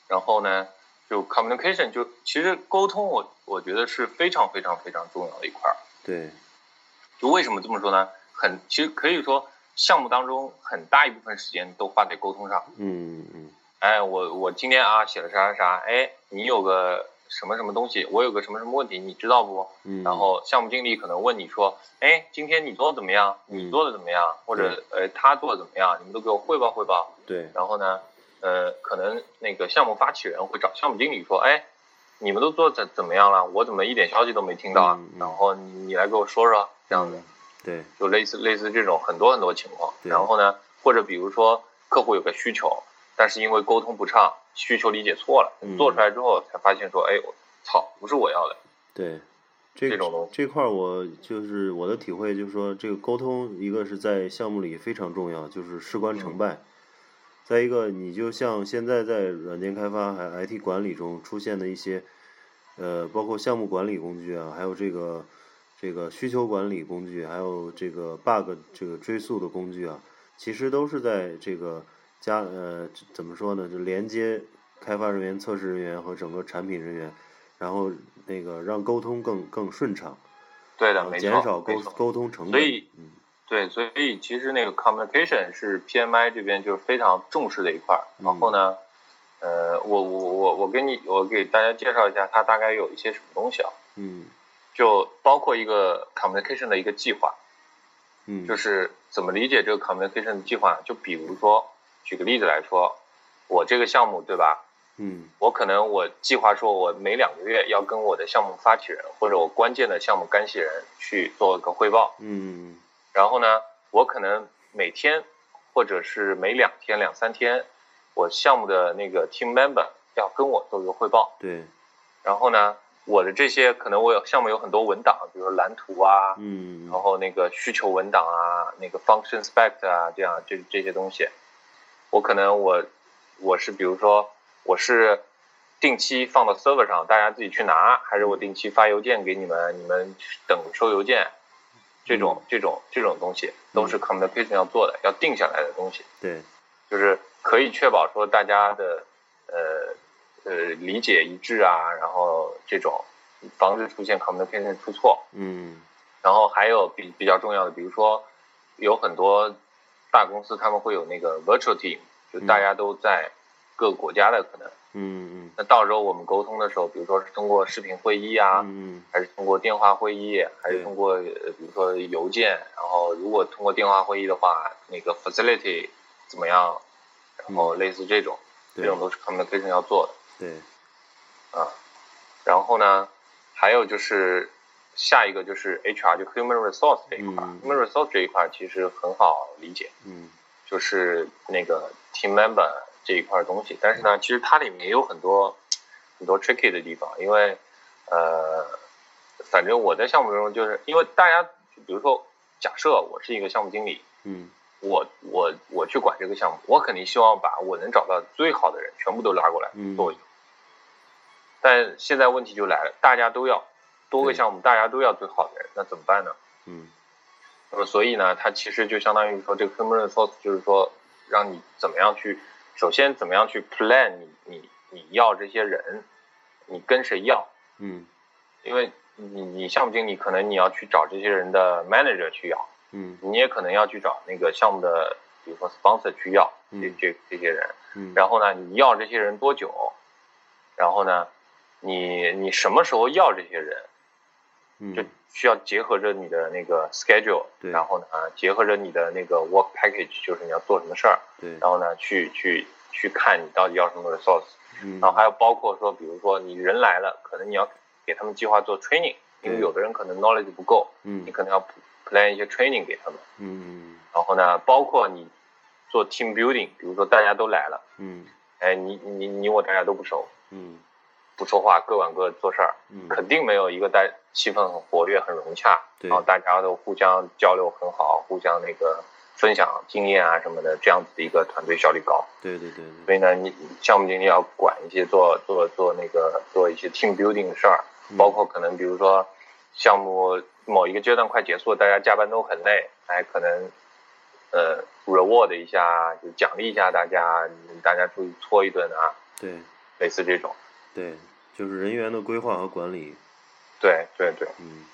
[SPEAKER 2] 然后呢，就 communication，就其实沟通我，我觉得是非常非常非常重要的一块儿。
[SPEAKER 1] 对
[SPEAKER 2] 就为什么这么说呢？很，其实可以说项目当中很大一部分时间都花在沟通上。
[SPEAKER 1] 嗯嗯
[SPEAKER 2] 哎，我我今天啊写了啥啥啥，哎，你有个什么什么东西，我有个什么什么问题，你知道不？
[SPEAKER 1] 嗯，
[SPEAKER 2] 然后项目经理可能问你说，哎，今天你做的怎么样？你
[SPEAKER 1] 嗯
[SPEAKER 2] 做的怎么样？或者呃，他做的怎么样？你们都给我汇报汇报。
[SPEAKER 1] 对
[SPEAKER 2] 然后呢，呃，可能那个项目发起人会找项目经理说，哎，你们都做怎怎么样了？我怎么一点消息都没听到啊？
[SPEAKER 1] 嗯嗯
[SPEAKER 2] 然后你你来给我说说，这样子
[SPEAKER 1] 嗯对
[SPEAKER 2] 就类似类似这种很多很多情况。
[SPEAKER 1] 对
[SPEAKER 2] 然后呢，或者比如说客户有个需求，但是因为沟通不畅，需求理解错了
[SPEAKER 1] 嗯，
[SPEAKER 2] 做出来之后才发现说，哎，我操，不是我要的。
[SPEAKER 1] 对。这
[SPEAKER 2] 这种东西
[SPEAKER 1] 这块儿我就是我的体会，就是说这个沟通，一个是在项目里非常重要，就是事关成
[SPEAKER 2] 嗯
[SPEAKER 1] 败；再一个，你就像现在在软件开发还 IT 管理中出现的一些，呃，包括项目管理工具啊，还有这个这个需求管理工具，还有这个 bug 这个追溯的工具啊，其实都是在这个加呃怎么说呢，就连接开发人员、测试人员和整个产品人员，然后那个让沟通更更顺畅，
[SPEAKER 2] 对
[SPEAKER 1] 然
[SPEAKER 2] 的，
[SPEAKER 1] 后
[SPEAKER 2] 没
[SPEAKER 1] 哦减
[SPEAKER 2] 错，
[SPEAKER 1] 少
[SPEAKER 2] 没
[SPEAKER 1] 沟
[SPEAKER 2] 错
[SPEAKER 1] 沟通成本。
[SPEAKER 2] 所以
[SPEAKER 1] 嗯
[SPEAKER 2] 对，所以其实那个 communication 是 PMI 这边就是非常重视的一块儿。
[SPEAKER 1] 嗯
[SPEAKER 2] 然后呢，呃，我我我我跟你我给大家介绍一下，它大概有一些什么东西啊？
[SPEAKER 1] 嗯
[SPEAKER 2] 就包括一个 communication 的一个计划，
[SPEAKER 1] 嗯，
[SPEAKER 2] 就是怎么理解这个 communication 的计划？就比如说，举个例子来说，我这个项目对吧？
[SPEAKER 1] 嗯
[SPEAKER 2] 我可能我计划说，我每两个月要跟我的项目发起人或者我关键的项目干系人去做一个汇报。
[SPEAKER 1] 嗯
[SPEAKER 2] 然后呢，我可能每天或者是每两天、两三天，我项目的那个 team member 要跟我做一个汇报。
[SPEAKER 1] 对
[SPEAKER 2] 然后呢，我的这些可能我有项目有很多文档，比如说蓝图啊，
[SPEAKER 1] 嗯
[SPEAKER 2] 然后那个需求文档啊，那个 function spec 啊，这样这这些东西，我可能我我是比如说我是定期放到 server 上，大家自己去拿，还是我定期发邮件给你们，你们等收邮件，这种这种这种东西都是 communication 要做的，要定下来的东西，
[SPEAKER 1] 对
[SPEAKER 2] 就是可以确保说大家的呃呃理解一致啊，然后这种防止出现 communication 出错。
[SPEAKER 1] 嗯
[SPEAKER 2] 然后还有比比较重要的，比如说有很多大公司他们会有那个 virtual team，就
[SPEAKER 1] 嗯
[SPEAKER 2] 大家都在各个国家的可能。
[SPEAKER 1] 嗯嗯
[SPEAKER 2] 那到时候我们沟通的时候，比如说是通过视频会议啊，
[SPEAKER 1] 嗯
[SPEAKER 2] 还是通过电话会议，还是
[SPEAKER 1] 对
[SPEAKER 2] 通过呃比如说邮件。然后如果通过电话会议的话，那个 facility 怎么样？然后类似这种，
[SPEAKER 1] 嗯对
[SPEAKER 2] 这种都是 communication 要做的。
[SPEAKER 1] 对
[SPEAKER 2] 啊，然后呢，还有就是下一个就是 HR，就 Human Resource 这一块、
[SPEAKER 1] 嗯
[SPEAKER 2] h u m a n Resource 这一块其实很好理解，
[SPEAKER 1] 嗯
[SPEAKER 2] 就是那个 Team Member 这一块东西。但是呢，其实它里面也有很多很多 tricky 的地方，因为呃，反正我在项目中就是因为大家，比如说假设我是一个项目经理，
[SPEAKER 1] 嗯
[SPEAKER 2] 我我我去管这个项目，我肯定希望把我能找到最好的人全部都拉过来
[SPEAKER 1] 嗯
[SPEAKER 2] 做一个。但现在问题就来了，大家都要多个
[SPEAKER 1] 对
[SPEAKER 2] 项目，大家都要最好的人，那怎么办呢？
[SPEAKER 1] 嗯
[SPEAKER 2] 那么所以呢，它其实就相当于说，这个 human resource 就是说，让你怎么样去，首先怎么样去 plan 你你你要这些人，你跟谁要，
[SPEAKER 1] 嗯
[SPEAKER 2] 因为你你项目经理可能你要去找这些人的 manager 去要，
[SPEAKER 1] 嗯
[SPEAKER 2] 你也可能要去找那个项目的，比如说 sponsor 去要这
[SPEAKER 1] 嗯
[SPEAKER 2] 这这些人，
[SPEAKER 1] 嗯，
[SPEAKER 2] 然后呢，你要这些人多久？然后呢，你你什么时候要这些人？就
[SPEAKER 1] 嗯
[SPEAKER 2] 需要结合着你的那个 schedule，
[SPEAKER 1] 对
[SPEAKER 2] 然后呢，结合着你的那个 work package，就是你要做什么事儿，
[SPEAKER 1] 对，
[SPEAKER 2] 然后呢，去去去看你到底要什么 resource，
[SPEAKER 1] 嗯
[SPEAKER 2] 然后还有包括说，比如说你人来了，可能你要给他们计划做 training，因为
[SPEAKER 1] 对
[SPEAKER 2] 有的人可能 knowledge 不够，
[SPEAKER 1] 嗯
[SPEAKER 2] 你可能要 plan 一些 training 给他们，
[SPEAKER 1] 嗯
[SPEAKER 2] 然后呢，包括你做 team building，比如说大家都来了，
[SPEAKER 1] 嗯
[SPEAKER 2] 哎，你你你我大家都不熟，
[SPEAKER 1] 嗯
[SPEAKER 2] 不说话，各管各做事儿，
[SPEAKER 1] 嗯
[SPEAKER 2] 肯定没有一个大气氛很活跃、很融洽，
[SPEAKER 1] 对
[SPEAKER 2] 然后大家都互相交流很好，互相那个分享经验啊什么的，这样子的一个团队效率高。
[SPEAKER 1] 对对对对，
[SPEAKER 2] 所以呢，你项目经理要管一些做做做那个做一些 team building 的事儿，
[SPEAKER 1] 嗯
[SPEAKER 2] 包括可能比如说项目某一个阶段快结束，大家加班都很累，哎，可能呃 reward 一下，就奖励一下大家，大家出去搓一顿啊，
[SPEAKER 1] 对
[SPEAKER 2] 类似这种。
[SPEAKER 1] 对，就是人员的规划和管理，
[SPEAKER 2] 对对对。
[SPEAKER 1] 嗯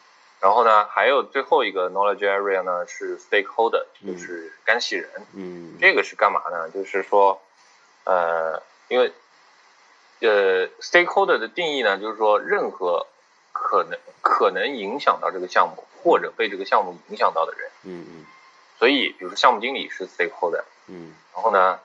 [SPEAKER 2] 然后呢，还有最后一个 knowledge area 呢是 stakeholder，
[SPEAKER 1] 嗯
[SPEAKER 2] 就是干系人。
[SPEAKER 1] 嗯
[SPEAKER 2] 这个是干嘛呢？就是说，呃，因为呃 stakeholder 的定义呢，就是说任何可能可能影响到这个项目或者被这个项目影响到的人。
[SPEAKER 1] 嗯嗯
[SPEAKER 2] 所以，比如说项目经理是 stakeholder，
[SPEAKER 1] 嗯
[SPEAKER 2] 然后呢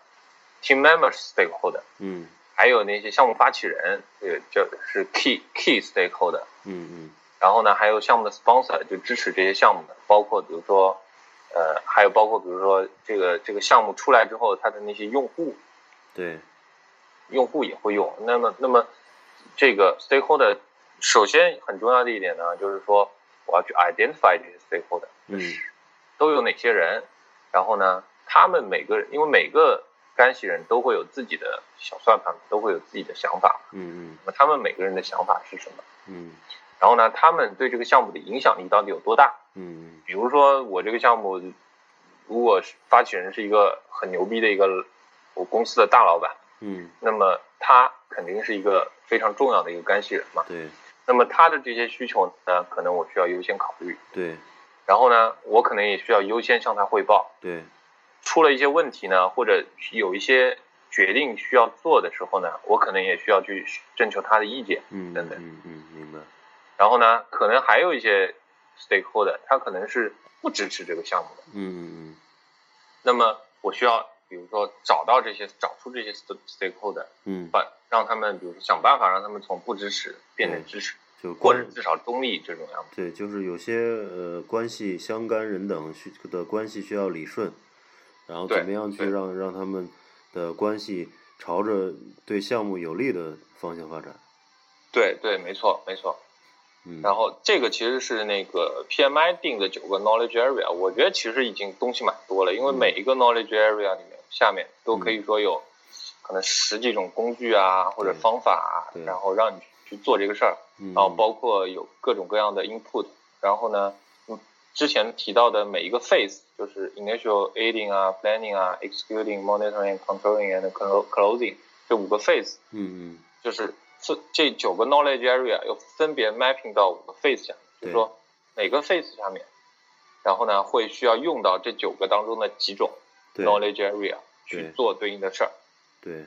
[SPEAKER 2] ，team member 是 stakeholder，
[SPEAKER 1] 嗯
[SPEAKER 2] 还有那些项目发起人，呃，这是 key key stakeholder。
[SPEAKER 1] 嗯嗯
[SPEAKER 2] 然后呢，还有项目的 sponsor 就支持这些项目的，包括比如说，呃，还有包括比如说这个这个项目出来之后，它的那些用户
[SPEAKER 1] 对，
[SPEAKER 2] 用户也会用。那么那么这个 stakeholder 首先很重要的一点呢，就是说我要去 identify 这些 stakeholder
[SPEAKER 1] 嗯
[SPEAKER 2] 都有哪些人，然后呢，他们每个人因为每个干系人都会有自己的小算盘，都会有自己的想法，
[SPEAKER 1] 嗯嗯
[SPEAKER 2] 那么他们每个人的想法是什么？
[SPEAKER 1] 嗯
[SPEAKER 2] 然后呢，他们对这个项目的影响力到底有多大？
[SPEAKER 1] 嗯
[SPEAKER 2] 比如说我这个项目，如果是发起人是一个很牛逼的一个我公司的大老板，
[SPEAKER 1] 嗯
[SPEAKER 2] 那么他肯定是一个非常重要的一个干系人嘛。
[SPEAKER 1] 对
[SPEAKER 2] 那么他的这些需求呢，可能我需要优先考虑。
[SPEAKER 1] 对
[SPEAKER 2] 然后呢，我可能也需要优先向他汇报。
[SPEAKER 1] 对
[SPEAKER 2] 出了一些问题呢，或者有一些决定需要做的时候呢，我可能也需要去征求他的意见。
[SPEAKER 1] 嗯嗯嗯明白，
[SPEAKER 2] 然后呢，可能还有一些 stakeholder，他可能是不支持这个项目的。
[SPEAKER 1] 嗯嗯
[SPEAKER 2] 那么我需要，比如说找到这些，找出这些 st- stakeholder，
[SPEAKER 1] 嗯，
[SPEAKER 2] 把让他们，比如说想办法让他们从不支持变成支持，
[SPEAKER 1] 就
[SPEAKER 2] 或
[SPEAKER 1] 关
[SPEAKER 2] 者至少中立这种样子。
[SPEAKER 1] 对，就是有些呃关系相干人等需的关系需要理顺，然后
[SPEAKER 2] 对
[SPEAKER 1] 怎么样去
[SPEAKER 2] 对
[SPEAKER 1] 让让他们的关系朝着对项目有利的方向发展。
[SPEAKER 2] 对对，没错没错。
[SPEAKER 1] 嗯，
[SPEAKER 2] 然后这个其实是那个 PMI 定的九个 knowledge area，我觉得其实已经东西蛮多了，因为
[SPEAKER 1] 嗯
[SPEAKER 2] 每一个 knowledge area 里面下面都可以说有可能十几种工具啊或者
[SPEAKER 1] 对
[SPEAKER 2] 方法啊
[SPEAKER 1] 对，
[SPEAKER 2] 然后让你去做这个事儿。
[SPEAKER 1] 嗯，
[SPEAKER 2] 然后包括有各种各样的 input，然后呢，嗯，之前提到的每一个 phase 就是 initial aiding 啊、planning 啊、executing、monitoring、controlling and clo- closing 这五个 phase，
[SPEAKER 1] 嗯嗯
[SPEAKER 2] 就是这这九个 knowledge area 又分别 mapping 到五个 phase 下面，就
[SPEAKER 1] 对
[SPEAKER 2] 是说每个 phase 下面，然后呢会需要用到这九个当中的几种
[SPEAKER 1] 对
[SPEAKER 2] knowledge area 去
[SPEAKER 1] 对
[SPEAKER 2] 做对应的事儿。
[SPEAKER 1] 对，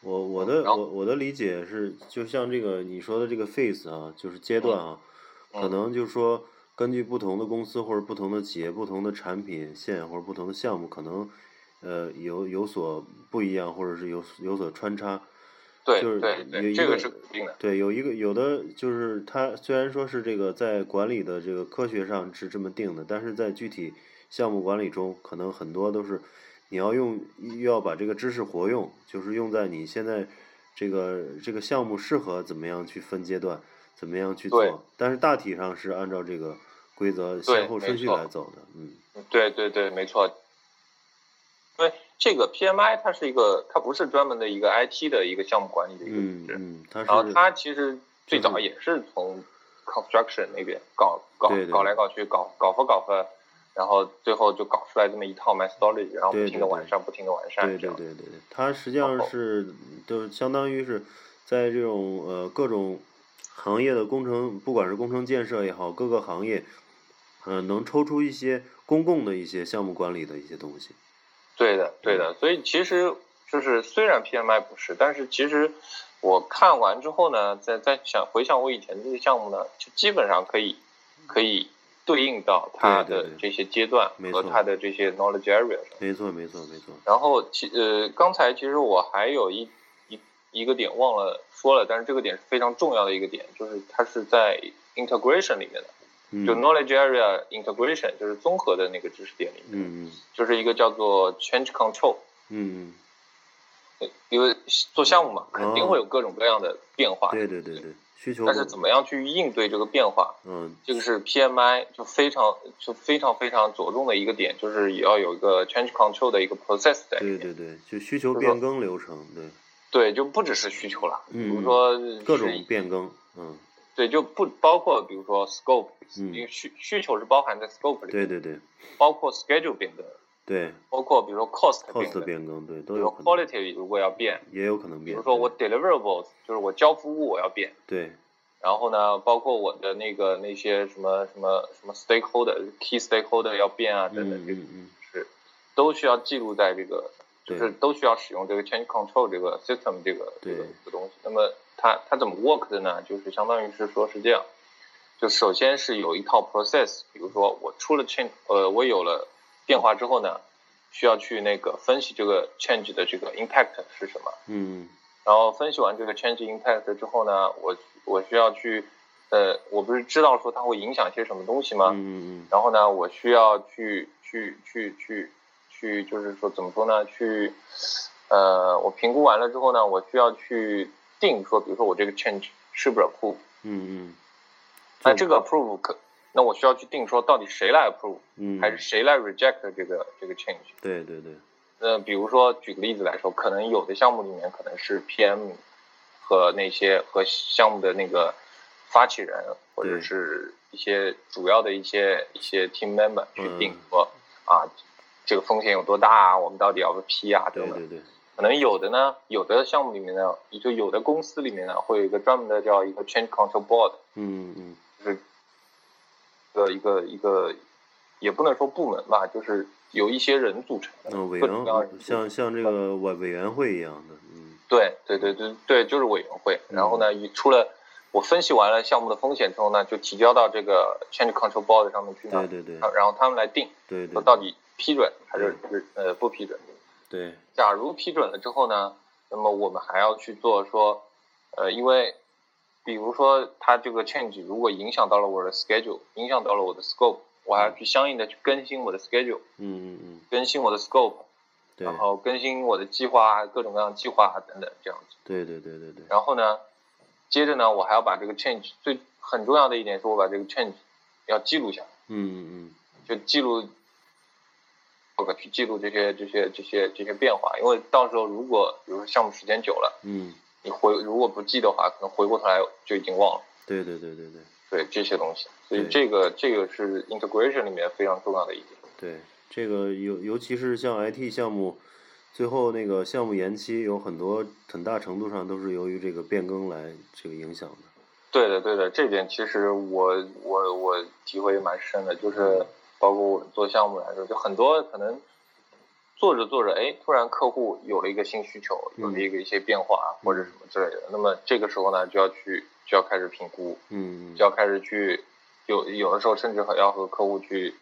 [SPEAKER 1] 我我的
[SPEAKER 2] 哦然
[SPEAKER 1] 我
[SPEAKER 2] 后
[SPEAKER 1] 我的理解是，就像这个你说的这个 phase 啊，就是阶段啊，
[SPEAKER 2] 嗯
[SPEAKER 1] 可能就是说根据不同的公司或者不同的企业、不同的产品线或者不同的项目，可能呃有有所不一样，或者是有有所穿插。
[SPEAKER 2] 对
[SPEAKER 1] 就是
[SPEAKER 2] 对
[SPEAKER 1] 有
[SPEAKER 2] 对，
[SPEAKER 1] 一
[SPEAKER 2] 这
[SPEAKER 1] 个
[SPEAKER 2] 个是肯定的。
[SPEAKER 1] 对，有一个有的就是它虽然说是这个在管理的这个科学上是这么定的，但是在具体项目管理中，可能很多都是你要用又要把这个知识活用，就是用在你现在这个这个项目适合怎么样去分阶段，怎么样去
[SPEAKER 2] 对
[SPEAKER 1] 做，但是大体上是按照这个规则
[SPEAKER 2] 对
[SPEAKER 1] 先后顺
[SPEAKER 2] 没
[SPEAKER 1] 序
[SPEAKER 2] 错
[SPEAKER 1] 来走的，嗯，
[SPEAKER 2] 对对对，没错。因为这个 PMI 它是一个，它不是专门的一个 IT 的一个项目管理的一个
[SPEAKER 1] 嗯
[SPEAKER 2] 组织，
[SPEAKER 1] 嗯，它
[SPEAKER 2] 然后
[SPEAKER 1] 是
[SPEAKER 2] 它其实最
[SPEAKER 1] 就
[SPEAKER 2] 早
[SPEAKER 1] 是
[SPEAKER 2] 也是从 construction 那边搞搞
[SPEAKER 1] 对对
[SPEAKER 2] 搞来搞去，搞搞发搞发，然后最后就搞出来这么一套 methodology，然后
[SPEAKER 1] 对
[SPEAKER 2] 不停
[SPEAKER 1] 对对
[SPEAKER 2] 的完善，不停的完善，
[SPEAKER 1] 对
[SPEAKER 2] 这
[SPEAKER 1] 对
[SPEAKER 2] 样
[SPEAKER 1] 对对对，它实际上
[SPEAKER 2] 后
[SPEAKER 1] 是就是相当于是在这种呃各种行业的工程，不管是工程建设也好，各个行业，呃，能抽出一些公共的一些项目管理的一些东西。
[SPEAKER 2] 对的，对
[SPEAKER 1] 嗯
[SPEAKER 2] 的。所以其实就是虽然 PMI 不是，但是其实我看完之后呢，再再想回想我以前这些项目呢，就基本上可以可以对应到它
[SPEAKER 1] 对对
[SPEAKER 2] 的
[SPEAKER 1] 对
[SPEAKER 2] 这些阶段
[SPEAKER 1] 没
[SPEAKER 2] 和
[SPEAKER 1] 错
[SPEAKER 2] 它的这些 knowledge area 上。
[SPEAKER 1] 没错，没错，没错。
[SPEAKER 2] 然后其呃，刚才其实我还有一一一个点忘了说了，但是这个点是非常重要的一个点，就是它是在 integration 里面的，
[SPEAKER 1] 嗯
[SPEAKER 2] 就 knowledge area integration，就是综合的那个知识点里面，
[SPEAKER 1] 嗯嗯
[SPEAKER 2] 就是一个叫做 change control。
[SPEAKER 1] 嗯
[SPEAKER 2] 因为做项目嘛，
[SPEAKER 1] 嗯
[SPEAKER 2] 肯定会有各种各样的变化
[SPEAKER 1] 嗯，，对对对对，需求
[SPEAKER 2] 但是怎么样去应对这个变化，
[SPEAKER 1] 嗯
[SPEAKER 2] 这个是 PMI 就非常就非常非常着重的一个点，就是也要有一个 change control 的一个 process 在里
[SPEAKER 1] 对
[SPEAKER 2] 面。
[SPEAKER 1] 对对，就需求
[SPEAKER 2] 就是
[SPEAKER 1] 变更流程对，
[SPEAKER 2] 对就不只是需求了，比
[SPEAKER 1] 嗯
[SPEAKER 2] 如说
[SPEAKER 1] 各
[SPEAKER 2] 是
[SPEAKER 1] 种变更嗯
[SPEAKER 2] 对就不包括比如说 scope，、
[SPEAKER 1] 嗯
[SPEAKER 2] 因为需需求是包含在 scope 里，
[SPEAKER 1] 对对对
[SPEAKER 2] 包括 schedule 变更，
[SPEAKER 1] 对
[SPEAKER 2] 包括比如说 cost 变
[SPEAKER 1] cost
[SPEAKER 2] 更，
[SPEAKER 1] 变更对
[SPEAKER 2] 比
[SPEAKER 1] 都
[SPEAKER 2] 如
[SPEAKER 1] 有
[SPEAKER 2] 说
[SPEAKER 1] 可能
[SPEAKER 2] quality 如果要变，
[SPEAKER 1] 也有可能
[SPEAKER 2] 比
[SPEAKER 1] 变
[SPEAKER 2] 如说我 deliverables 就是我交付物我要变。
[SPEAKER 1] 对
[SPEAKER 2] 然后呢，包括我的那个那些什么什么什么 stakeholder、key stakeholder 要变啊
[SPEAKER 1] 对
[SPEAKER 2] 等等，
[SPEAKER 1] 嗯
[SPEAKER 2] 这
[SPEAKER 1] 嗯
[SPEAKER 2] 个
[SPEAKER 1] 嗯
[SPEAKER 2] 是都需要记录在这个，
[SPEAKER 1] 对
[SPEAKER 2] 就是都需要使用这个 change control 这个 system 这个这
[SPEAKER 1] 对
[SPEAKER 2] 个这个东西。那么它它怎么 work 的呢？就是相当于是说是这样，就首先是有一套 process，比如说我出了 change，呃，我有了变化之后呢，需要去那个分析这个 change 的这个 impact 是什么。
[SPEAKER 1] 嗯
[SPEAKER 2] 然后分析完这个 change impact 之后呢，我我需要去，呃，我不是知道说它会影响一些什么东西吗？
[SPEAKER 1] 嗯嗯嗯
[SPEAKER 2] 然后呢，我需要去去去去去，就是说怎么说呢？去，呃，我评估完了之后呢，我需要去定说，比如说我这个 change 是不是 approve？
[SPEAKER 1] 嗯嗯，
[SPEAKER 2] 那
[SPEAKER 1] 就
[SPEAKER 2] 啊这个 approve 可，那我需要去定说到底谁来 approve，
[SPEAKER 1] 嗯
[SPEAKER 2] 还是谁来 reject 这个这个 change？
[SPEAKER 1] 对对对，
[SPEAKER 2] 那呃比如说举个例子来说，可能有的项目里面可能是 PM 和那些和项目的那个发起人或者是一些主要的一些一些 team member 去
[SPEAKER 1] 嗯
[SPEAKER 2] 定说、啊，这个风险有多大啊，我们到底要不要批啊
[SPEAKER 1] 对
[SPEAKER 2] 等等。
[SPEAKER 1] 对对，
[SPEAKER 2] 可能有的呢，有的项目里面呢，就有的公司里面呢，会有一个专门的叫一个 change control board，
[SPEAKER 1] 嗯嗯
[SPEAKER 2] 就是一个一个一个也不能说部门吧，就是由一些人组成的，
[SPEAKER 1] 嗯，呃委
[SPEAKER 2] 各种各样的人
[SPEAKER 1] 员像像这个委委员会一样的，嗯
[SPEAKER 2] 对对对对对，就是委员会。
[SPEAKER 1] 嗯
[SPEAKER 2] 然后呢，一出了我分析完了项目的风险之后呢，就提交到这个 Change Control Board 上面去呢，
[SPEAKER 1] 对对对
[SPEAKER 2] 啊然后他们来定
[SPEAKER 1] 对
[SPEAKER 2] 说
[SPEAKER 1] 对，
[SPEAKER 2] 到底批准还是呃不批准。
[SPEAKER 1] 对
[SPEAKER 2] 假如批准了之后呢，那么我们还要去做说，呃，因为比如说它这个 change 如果影响到了我的 schedule，影响到了我的 scope，我还要去相应的去更新我的 schedule，
[SPEAKER 1] 嗯嗯嗯
[SPEAKER 2] 更新我的 scope，
[SPEAKER 1] 对
[SPEAKER 2] 然后更新我的计划，各种各样的计划等等这样子。
[SPEAKER 1] 对对对对对，
[SPEAKER 2] 然后呢，接着呢，我还要把这个 change 最很重要的一点是我把这个 change 要记录下来，
[SPEAKER 1] 嗯嗯
[SPEAKER 2] 就记录，我可去记录这些这些这些这些变化，因为到时候如果比如说项目时间久了，
[SPEAKER 1] 嗯嗯，
[SPEAKER 2] 你回如果不记的话，可能回过头来就已经忘了。
[SPEAKER 1] 对对对对对
[SPEAKER 2] 对这些东西，所以
[SPEAKER 1] 对
[SPEAKER 2] 这个这个是 integration 里面非常重要的一点。
[SPEAKER 1] 对，这个尤尤其是像 IT 项目。最后那个项目延期有很多很大程度上都是由于这个变更来这个影响的。
[SPEAKER 2] 对的，对的，这点其实我我我体会蛮深的，就是包括我们做项目来说，就很多可能做着做着，哎，突然客户有了一个新需求，有了一个一些变化或者什么之类的，那么这个时候呢，就要去就要开始评估，
[SPEAKER 1] 嗯，嗯
[SPEAKER 2] 就要开始去有有的时候甚至还要和客户去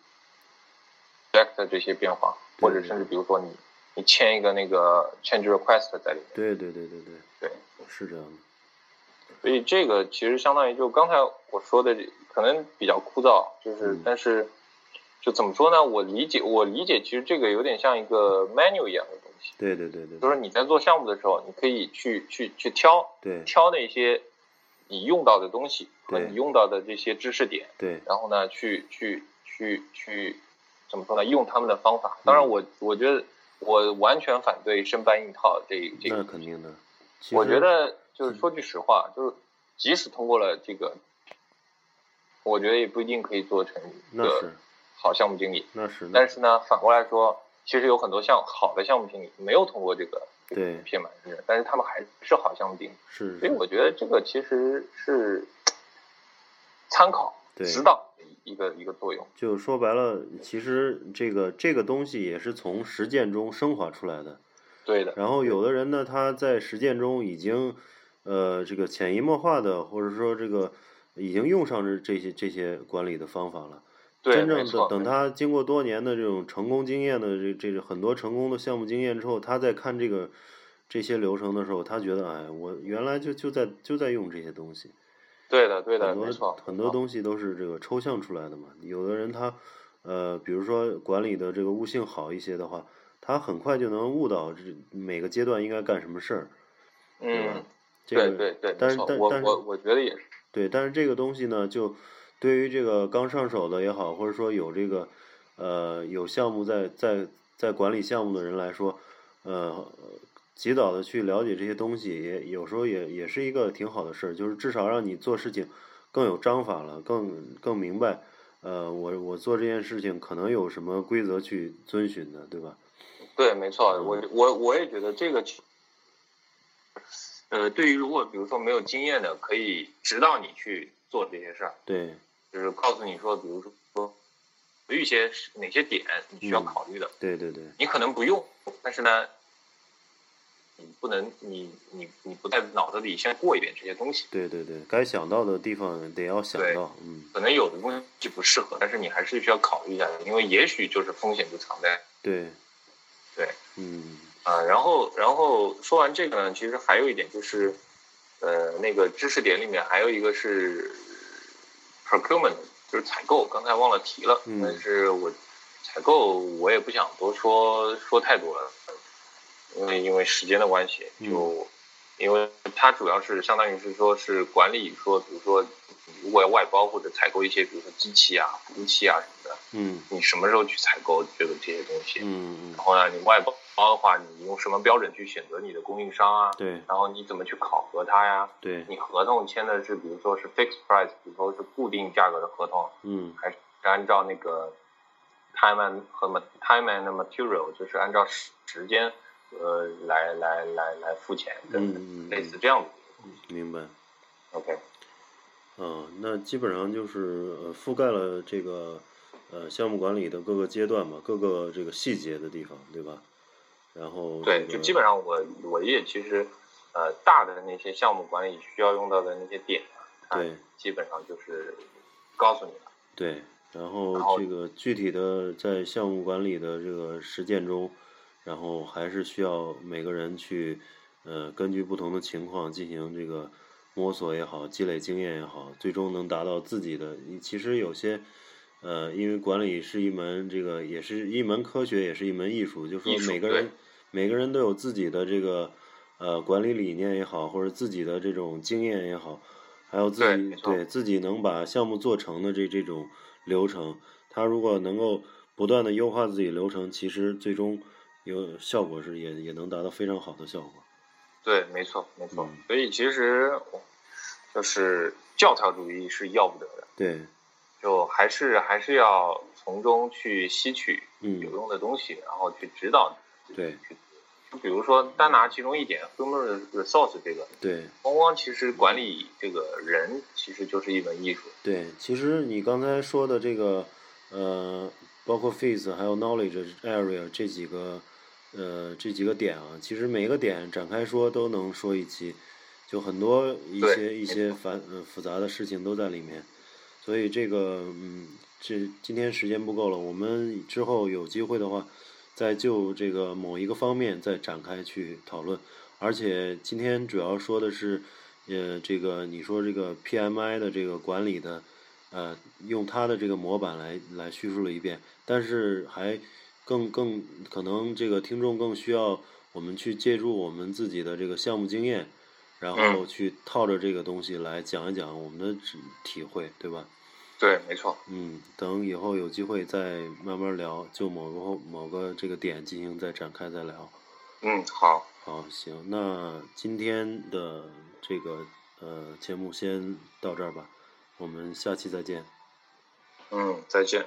[SPEAKER 2] reject 这些变化，
[SPEAKER 1] 对
[SPEAKER 2] 或者甚至比如说你你签一个那个 change request 在里面。
[SPEAKER 1] 对对对对对，
[SPEAKER 2] 对，
[SPEAKER 1] 是这样的。
[SPEAKER 2] 所以这个其实相当于就刚才我说的，可能比较枯燥，就是、
[SPEAKER 1] 嗯
[SPEAKER 2] 但是就怎么说呢？我理解，我理解，其实这个有点像一个 menu 一样的东西，
[SPEAKER 1] 对对对对，
[SPEAKER 2] 就是你在做项目的时候，你可以去去去挑
[SPEAKER 1] 对
[SPEAKER 2] 挑那些你用到的东西和
[SPEAKER 1] 对
[SPEAKER 2] 你用到的这些知识点，
[SPEAKER 1] 对
[SPEAKER 2] 然后呢，去去去去怎么说呢？用他们的方法。
[SPEAKER 1] 嗯
[SPEAKER 2] 当然我，我觉得我完全反对生搬硬套这这个
[SPEAKER 1] 那肯定的。其
[SPEAKER 2] 我
[SPEAKER 1] 实嗯
[SPEAKER 2] 觉得就是说句实话，就是即使通过了这个，我觉得也不一定可以做成一
[SPEAKER 1] 那
[SPEAKER 2] 个
[SPEAKER 1] 是
[SPEAKER 2] 好项目经理。
[SPEAKER 1] 那是，那
[SPEAKER 2] 但是呢，反过来说，其实有很多项好的项目经理没有通过这个
[SPEAKER 1] 对
[SPEAKER 2] PM 认证，但是他们还是好项目经理。
[SPEAKER 1] 是
[SPEAKER 2] 所以
[SPEAKER 1] 是
[SPEAKER 2] 我觉得这个其实是参考、
[SPEAKER 1] 对
[SPEAKER 2] 指导的一个一个作用。
[SPEAKER 1] 就说白了，其实这个这个东西也是从实践中升华出来的。
[SPEAKER 2] 对的，
[SPEAKER 1] 然后有的人呢，他在实践中已经，呃，这个潜移默化的，或者说这个已经用上这这些这些管理的方法了。
[SPEAKER 2] 对，
[SPEAKER 1] 真
[SPEAKER 2] 没
[SPEAKER 1] 正
[SPEAKER 2] 错
[SPEAKER 1] 的。等
[SPEAKER 2] 没
[SPEAKER 1] 他经过多年的这种成功经验的这这个很多成功的项目经验之后，他在看这个这些流程的时候，他觉得哎，我原来就就在就在用这些东西，
[SPEAKER 2] 对的，对的，
[SPEAKER 1] 很
[SPEAKER 2] 没
[SPEAKER 1] 多
[SPEAKER 2] 错，
[SPEAKER 1] 很多东西都是这个抽象出来的嘛。有的人他呃，比如说管理的这个悟性好一些的话，他很快就能悟到这每个阶段应该干什么事儿。对吧
[SPEAKER 2] 嗯，
[SPEAKER 1] 这
[SPEAKER 2] 对
[SPEAKER 1] 个
[SPEAKER 2] 对对，
[SPEAKER 1] 但
[SPEAKER 2] 没
[SPEAKER 1] 是
[SPEAKER 2] 错，
[SPEAKER 1] 但
[SPEAKER 2] 我
[SPEAKER 1] 但是
[SPEAKER 2] 我我觉得也是。
[SPEAKER 1] 对，但是这个东西呢，就对于这个刚上手的也好，或者说有这个呃有项目在在在管理项目的人来说，呃，及早的去了解这些东西，也有时候也也是一个挺好的事儿，就是至少让你做事情更有章法了，更更明白，呃，我我做这件事情可能有什么规则去遵循的，对吧？
[SPEAKER 2] 对，没错，
[SPEAKER 1] 嗯
[SPEAKER 2] 我我我也觉得这个其，呃，对于如果比如说没有经验的，可以指导你去做这些事儿，
[SPEAKER 1] 对，
[SPEAKER 2] 就是告诉你说，比如说有一些是哪些点你需要
[SPEAKER 1] 嗯
[SPEAKER 2] 考虑的，
[SPEAKER 1] 对对对，
[SPEAKER 2] 你可能不用，但是呢，你不能，你你你不在脑子里先过一遍这些东西，
[SPEAKER 1] 对对对，该想到的地方得要想
[SPEAKER 2] 对
[SPEAKER 1] 到，嗯，
[SPEAKER 2] 可能有的东西不适合，但是你还是需要考虑一下的，因为也许就是风险就藏在
[SPEAKER 1] 对，
[SPEAKER 2] 对。
[SPEAKER 1] 嗯，
[SPEAKER 2] 啊，然后然后说完这个呢，其实还有一点就是，呃，那个知识点里面还有一个是 procurement，就是采购，刚才忘了提了，
[SPEAKER 1] 嗯
[SPEAKER 2] 但是我采购我也不想多说说太多了，因为因为时间的关系，
[SPEAKER 1] 嗯
[SPEAKER 2] 就、因为它主要是相当于是说是管理说，比如说你如果要外包或者采购一些，比如说机器啊、服务器啊什么的，
[SPEAKER 1] 嗯
[SPEAKER 2] 你什么时候去采购这个这些东西？
[SPEAKER 1] 嗯嗯
[SPEAKER 2] 然，后呢，你外包的话，你用什么标准去选择你的供应商啊？
[SPEAKER 1] 对
[SPEAKER 2] 然后你怎么去考核它呀？
[SPEAKER 1] 对，
[SPEAKER 2] 你合同签的是，比如说是 fixed price，比如说是固定价格的合同，
[SPEAKER 1] 嗯
[SPEAKER 2] 还是按照那个 time and 和 ma- time and material，就是按照时时间呃来来来来付钱的，
[SPEAKER 1] 嗯嗯嗯
[SPEAKER 2] 类似这样的。
[SPEAKER 1] 明白。
[SPEAKER 2] OK，
[SPEAKER 1] 啊，那基本上就是呃覆盖了这个呃项目管理的各个阶段嘛，各个这个细节的地方，对吧？然后
[SPEAKER 2] 对，
[SPEAKER 1] 这
[SPEAKER 2] 就
[SPEAKER 1] 个
[SPEAKER 2] 基本上我我也其实呃大的那些项目管理需要用到的那些点啊，它
[SPEAKER 1] 对
[SPEAKER 2] 基本上就是告诉你了。
[SPEAKER 1] 对，然
[SPEAKER 2] 然后
[SPEAKER 1] 后这个具体的在项目管理的这个实践中，然后还是需要每个人去呃根据不同的情况进行这个摸索也好，积累经验也好，最终能达到自己的。其实有些呃，因为管理是一门这个也是一门科学，也是一门艺术，就说
[SPEAKER 2] 艺术
[SPEAKER 1] 每个
[SPEAKER 2] 对
[SPEAKER 1] 人每个人都有自己的这个呃管理理念也好，或者自己的这种经验也好，还有自
[SPEAKER 2] 对
[SPEAKER 1] 己
[SPEAKER 2] 没错
[SPEAKER 1] 对自己能把项目做成的这这种流程，他如果能够不断的优化自己流程，其实最终有效果是也也能达到非常好的效果。
[SPEAKER 2] 对，没错，没错。
[SPEAKER 1] 嗯
[SPEAKER 2] 所以其实就是教条主义是要不得的，
[SPEAKER 1] 对，
[SPEAKER 2] 就还是还是要从中去吸取
[SPEAKER 1] 嗯
[SPEAKER 2] 有用的东西，然后去指导。
[SPEAKER 1] 对
[SPEAKER 2] 去。就比如说，单拿其中一点 human resource 这个，
[SPEAKER 1] 对
[SPEAKER 2] 光光其实管理这个人其实就是一门艺术。
[SPEAKER 1] 对，其实你刚才说的这个呃，包括 face 还有 knowledge area 这几个呃这几个点啊，其实每个点展开说都能说一期，就很多一
[SPEAKER 2] 对
[SPEAKER 1] 些一
[SPEAKER 2] 没
[SPEAKER 1] 些繁呃复杂的事情都在里面。所以这个，嗯，这今天时间不够了，我们之后有机会的话，再就这个某一个方面再展开去讨论。而且今天主要说的是，呃，这个你说这个 PMI 的这个管理的，呃，用它的这个模板来来叙述了一遍，但是还更更可能这个听众更需要我们去借助我们自己的这个项目经验，然后去套着这个东西来讲一讲我们的体会，对吧？
[SPEAKER 2] 对，没错。
[SPEAKER 1] 嗯，等以后有机会再慢慢聊，就某个某个这个点进行再展开再聊。
[SPEAKER 2] 嗯，好，
[SPEAKER 1] 好，行，那今天的这个呃节目先到这儿吧，我们下期再见。
[SPEAKER 2] 嗯，再见。